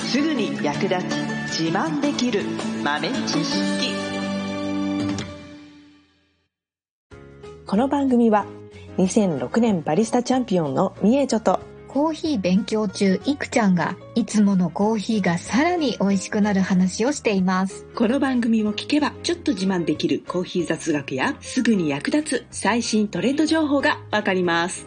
すぐに役立つ自慢できる豆知識この番組は2006年バリスタチャンピオンのみえちょとコーヒー勉強中、いくちゃんが、いつものコーヒーがさらに美味しくなる話をしています。この番組を聞けばちょっと自慢できるコーヒー雑学やすぐに役立つ最新トレンド情報がわかります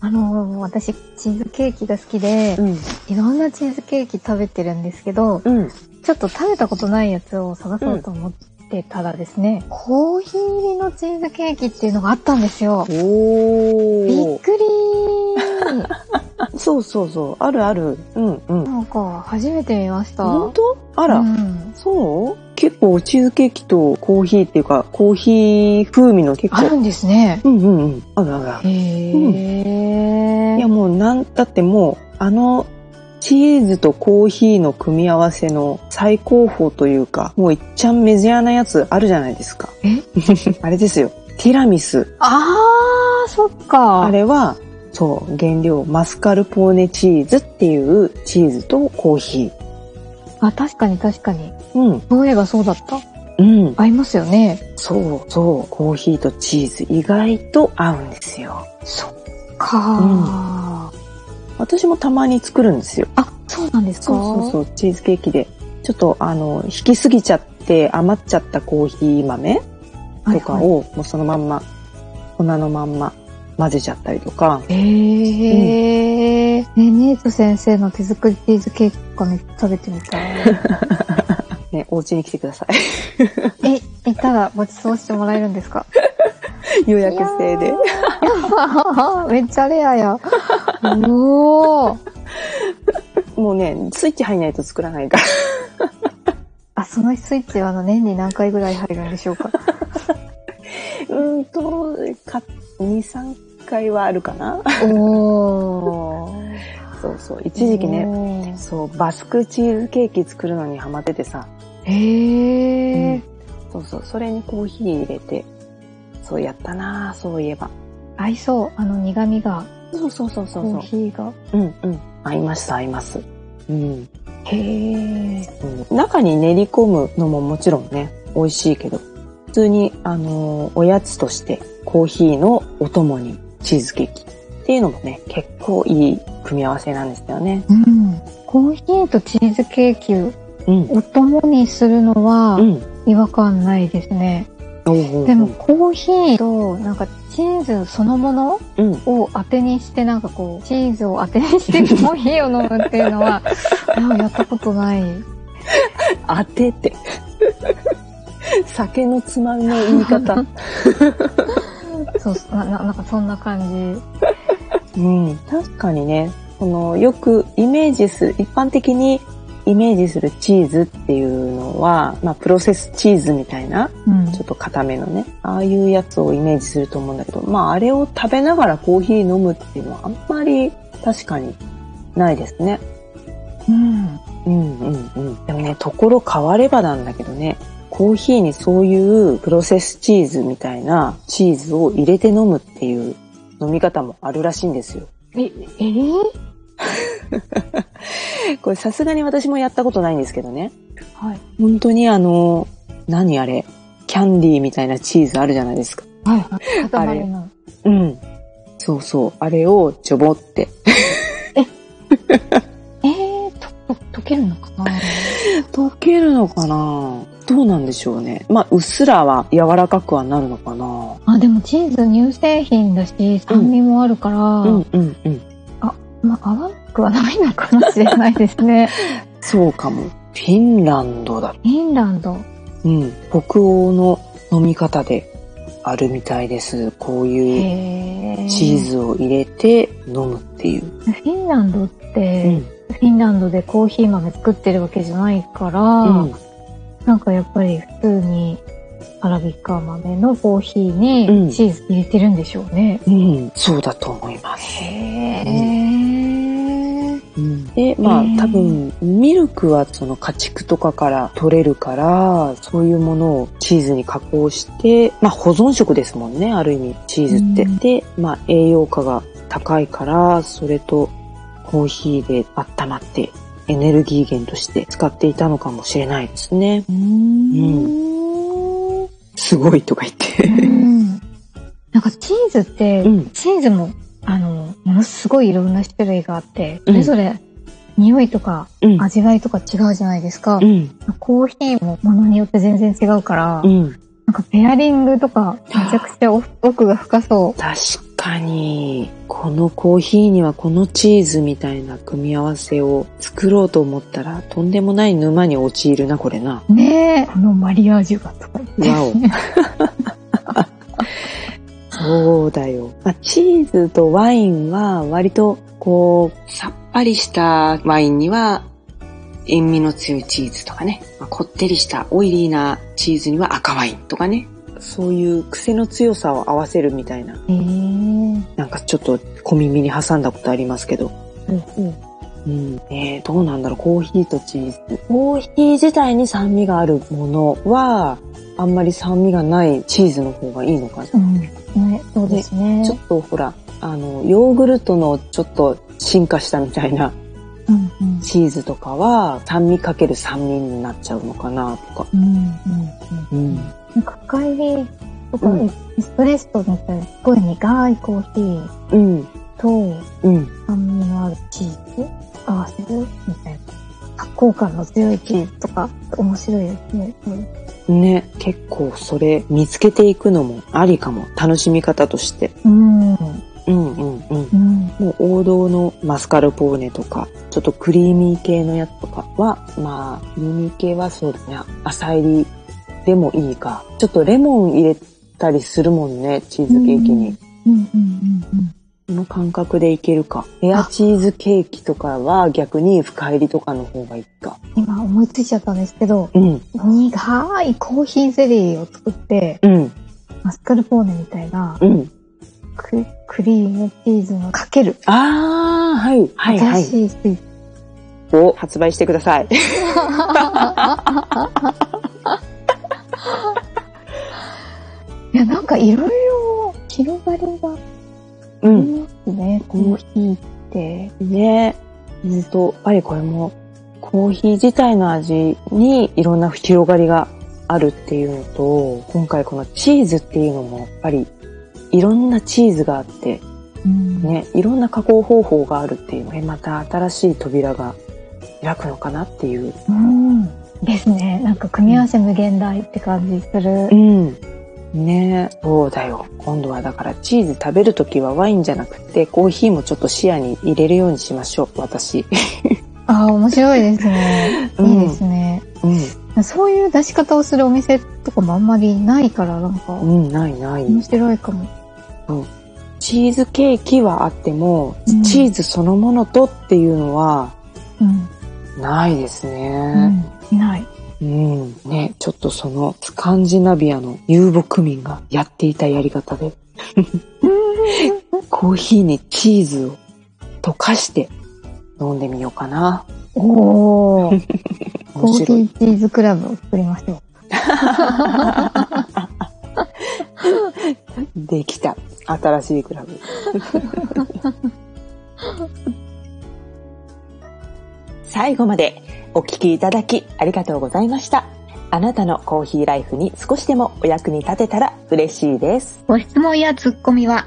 あの、私、チーズケーキが好きで、うん、いろんなチーズケーキ食べてるんですけど、うん、ちょっと食べたことないやつを探そうと思ってたらですね、コーヒー入りのチーズケーキっていうのがあったんですよ。びおっお。くりーそうそうそう、あるある。うん、うん。なんか初めて見ました。本当？あら、うん、そう？結構チーズケーキとコーヒーっていうかコーヒー風味の結ある構。んですね。うんうんうん。あるあるあへる。え。いやもうなんだってもうあの。チーズとコーヒーの組み合わせの最高峰というか、もういっちゃんメジャーなやつあるじゃないですか。え あれですよ。ティラミス。あー、そっか。あれは、そう、原料、マスカルポーネチーズっていうチーズとコーヒー。あ、確かに確かに。うん、そういえばそうだった。うん。合いますよね。そう、そう、コーヒーとチーズ意外と合うんですよ。そっかー、私もたまに作るんですよ。あ、そうなんですかそうそうそう、チーズケーキで。ちょっと、あの、引きすぎちゃって余っちゃったコーヒー豆とかはいはいを、もうそのまんま、粉のまんま混ぜちゃったりとか。へえ、ね、ニート先生の手作りチーズケーキとかめっちゃ食べてみた い。ね、お家に来てくださえ、いたらご馳走してもらえるんですか い。 予約制で。めっちゃレア や。おお。もうね、スイッチ入んないと作らないから。あ、そのスイッチはあの年に何回ぐらい入るんでしょうか。うーんと、か、2、3回はあるかなおー。 そうそう。一時期ね、ね。そう、バスクチーズケーキ作るのにハマっててさ、へえ、そうそう、それにコーヒー入れて、そうやったなぁ、そういえば。合いそう。あの苦味が、そうそうそうそコうそーう。ヒーが。うんうん。合います、合います。うん、へえ。うん。中に練り込むのももちろんね、美味しいけど、普通に、あのーおやつとして、コーヒーのお供にチーズケーキっていうのもね、結構いい組み合わせなんですよね。うん。コーヒーとチーズケーキをうん。お供にするのはうん。違和感ないですね。ででも、コーヒーとなんかチーズそのものうん、を当てにしてなんかこうチーズを当てにしてコーヒーを飲むっていうの はあやったことない。当てて。 酒のつまみの言い方。そうなななんかそんな感じ。うん、確かにね、この、よくイメージする、一般的にイメージするチーズっていうのは、まあ、プロセスチーズみたいな、うんちょっと固めのね、ああいうやつをイメージすると思うんだけど、まあ、あれを食べながらコーヒー飲むっていうのは、あんまり確かにないですね。うん。うんうんうん。でもね、ところ変わればなんだけどね、コーヒーにそういうプロセスチーズみたいなチーズを入れて飲むっていう飲み方もあるらしいんですよ。え、えーこれさすがに私もやったことないんですけどね。はい。本当にあの、何あれ、キャンディーみたいなチーズあるじゃないですか。はいはい。あれ塊の。うん。そうそう。あれをちょぼって。えー、と、と溶けるのかな溶けるのかなどうなんでしょうね。まあ、うっすらは柔らかくはなるのかなあ、でもチーズ乳製品だし、酸味もあるから、うんうんうん。まあ、合わなくはないのかもしれないです ね。そうかも。フィンランドだフィンランド。うん、北欧の飲み方であるみたいです。こうへいうえ。チー。ズを入れて飲むっていう。フィンランドって、うん。フィンランドでコーヒー豆作ってるわけじゃないから、うんなんかやっぱり普通にアラビカ豆のコーヒーうんにチーズ入れてるんでしょうね。うん、そうだと思います。へー。で、まへあー多分、ミルクはその家畜とかから取れるから、そういうものをチーズに加工して、まあ保存食ですもんね、ある意味チーズって。うんで、まあ栄養価が高いから、それとコーヒーで温まって、エネルギー源として使っていたのかもしれないですね。うん。すごいとか言って。なんかチーズって、うん。チーズも、あの、ものすごいいろんな種類があって、うそんれぞれ匂いとかうん。味わいとか違うじゃないですかう。ん。コーヒーもものによって全然違うからう、ん。なんかペアリングとかめちゃくちゃ奥奥が深そう。確かに、このコーヒーにはこのチーズみたいな組み合わせを作ろうと思ったら、とんでもない沼に陥るな、これな。ねえ。このマリアージュがとか言って。わお。そうだよ。まあ、チーズとワインは割と、こう、さっぱりしたワインには塩味の強いチーズとかね、まあこってりしたオイリーなチーズには赤ワインとかね。そういう癖の強さを合わせるみたいな、へえ。なんかちょっと小耳に挟んだことありますけど。ほうほううん。えー、どうなんだろう、コーヒーとチーズ。コーヒー自体に酸味があるものは、あんまり酸味がないチーズの方がいいのかな。うん。ね、そうですねちょ。っとほら、あの、ヨーグルトのちょっと進化したみたいなうんうん。チーズとかは、酸味かける酸味になっちゃうのかな、とか。うんうんううん。ん。なんか深入りとか、うんエスプレッソみたいな、すごい苦いコーヒーうん。と、うん。酸味のあるチーズを合わせるみたいな。発酵感の強いチーズとか、面白いですね。うんね、結構それ見つけていくのもありかも。楽しみ方として。うん。うんうんうん。うん。もう王道のマスカルポーネとか、ちょっとクリーミー系のやつとかは、まあ、クリーミー系はそうだね。浅入りでもいいか。ちょっとレモン入れたりするもんね、チーズケーキに。うんうんうんこの感覚でいけるか。レアチーズケーキとかは逆に深入りとかの方がいいか。うん。今思いついちゃったんですけど、うん、苦いコーヒーゼリーを作って、うん、マスカルポーネみたいなうん。ククリームチーズのかけるあー、はい、はい、は新い。しいスイーツ。を発売してください。いや、なんかいろいろ広がりがありうん。ますね、コーヒーって。ねえ。ほんと、やっぱりこれも、コーヒー自体の味にいろんな広がりがあるっていうのと、今回このチーズっていうのもやっぱり、いろんなチーズがあって、うんね、いろんな加工方法があるっていう、ね、また新しい扉が開くのかなっていう。うん。ですね。なんか組み合わせ無限大って感じするう。ん。ねえ、そうだよ。今度はだからチーズ食べるときはワインじゃなくてコーヒーもちょっと視野に入れるようにしましょう、私。ああ、面白いですね。 ういいんですね。うん。そういう出し方をするお店とかもあんまりないから、なんかうん、ないない。面白いかも。チーズケーキはあっても、うんチーズそのものとっていうのはうん。ないですうね。ん。ない。うん。ね、ちょっとそのスカンジナビアの遊牧民がやっていたやり方で、 コーヒーにチーズを溶かして飲んでみようかな。おー。コ面ーヒ白い。ーチーズクラブを作りましょう。できた。新しいクラブ。 最後までお聞きいただきありがとうございました。あなたのコーヒーライフに少しでもお役に立てたら嬉しいです。ご質問やツッコミは、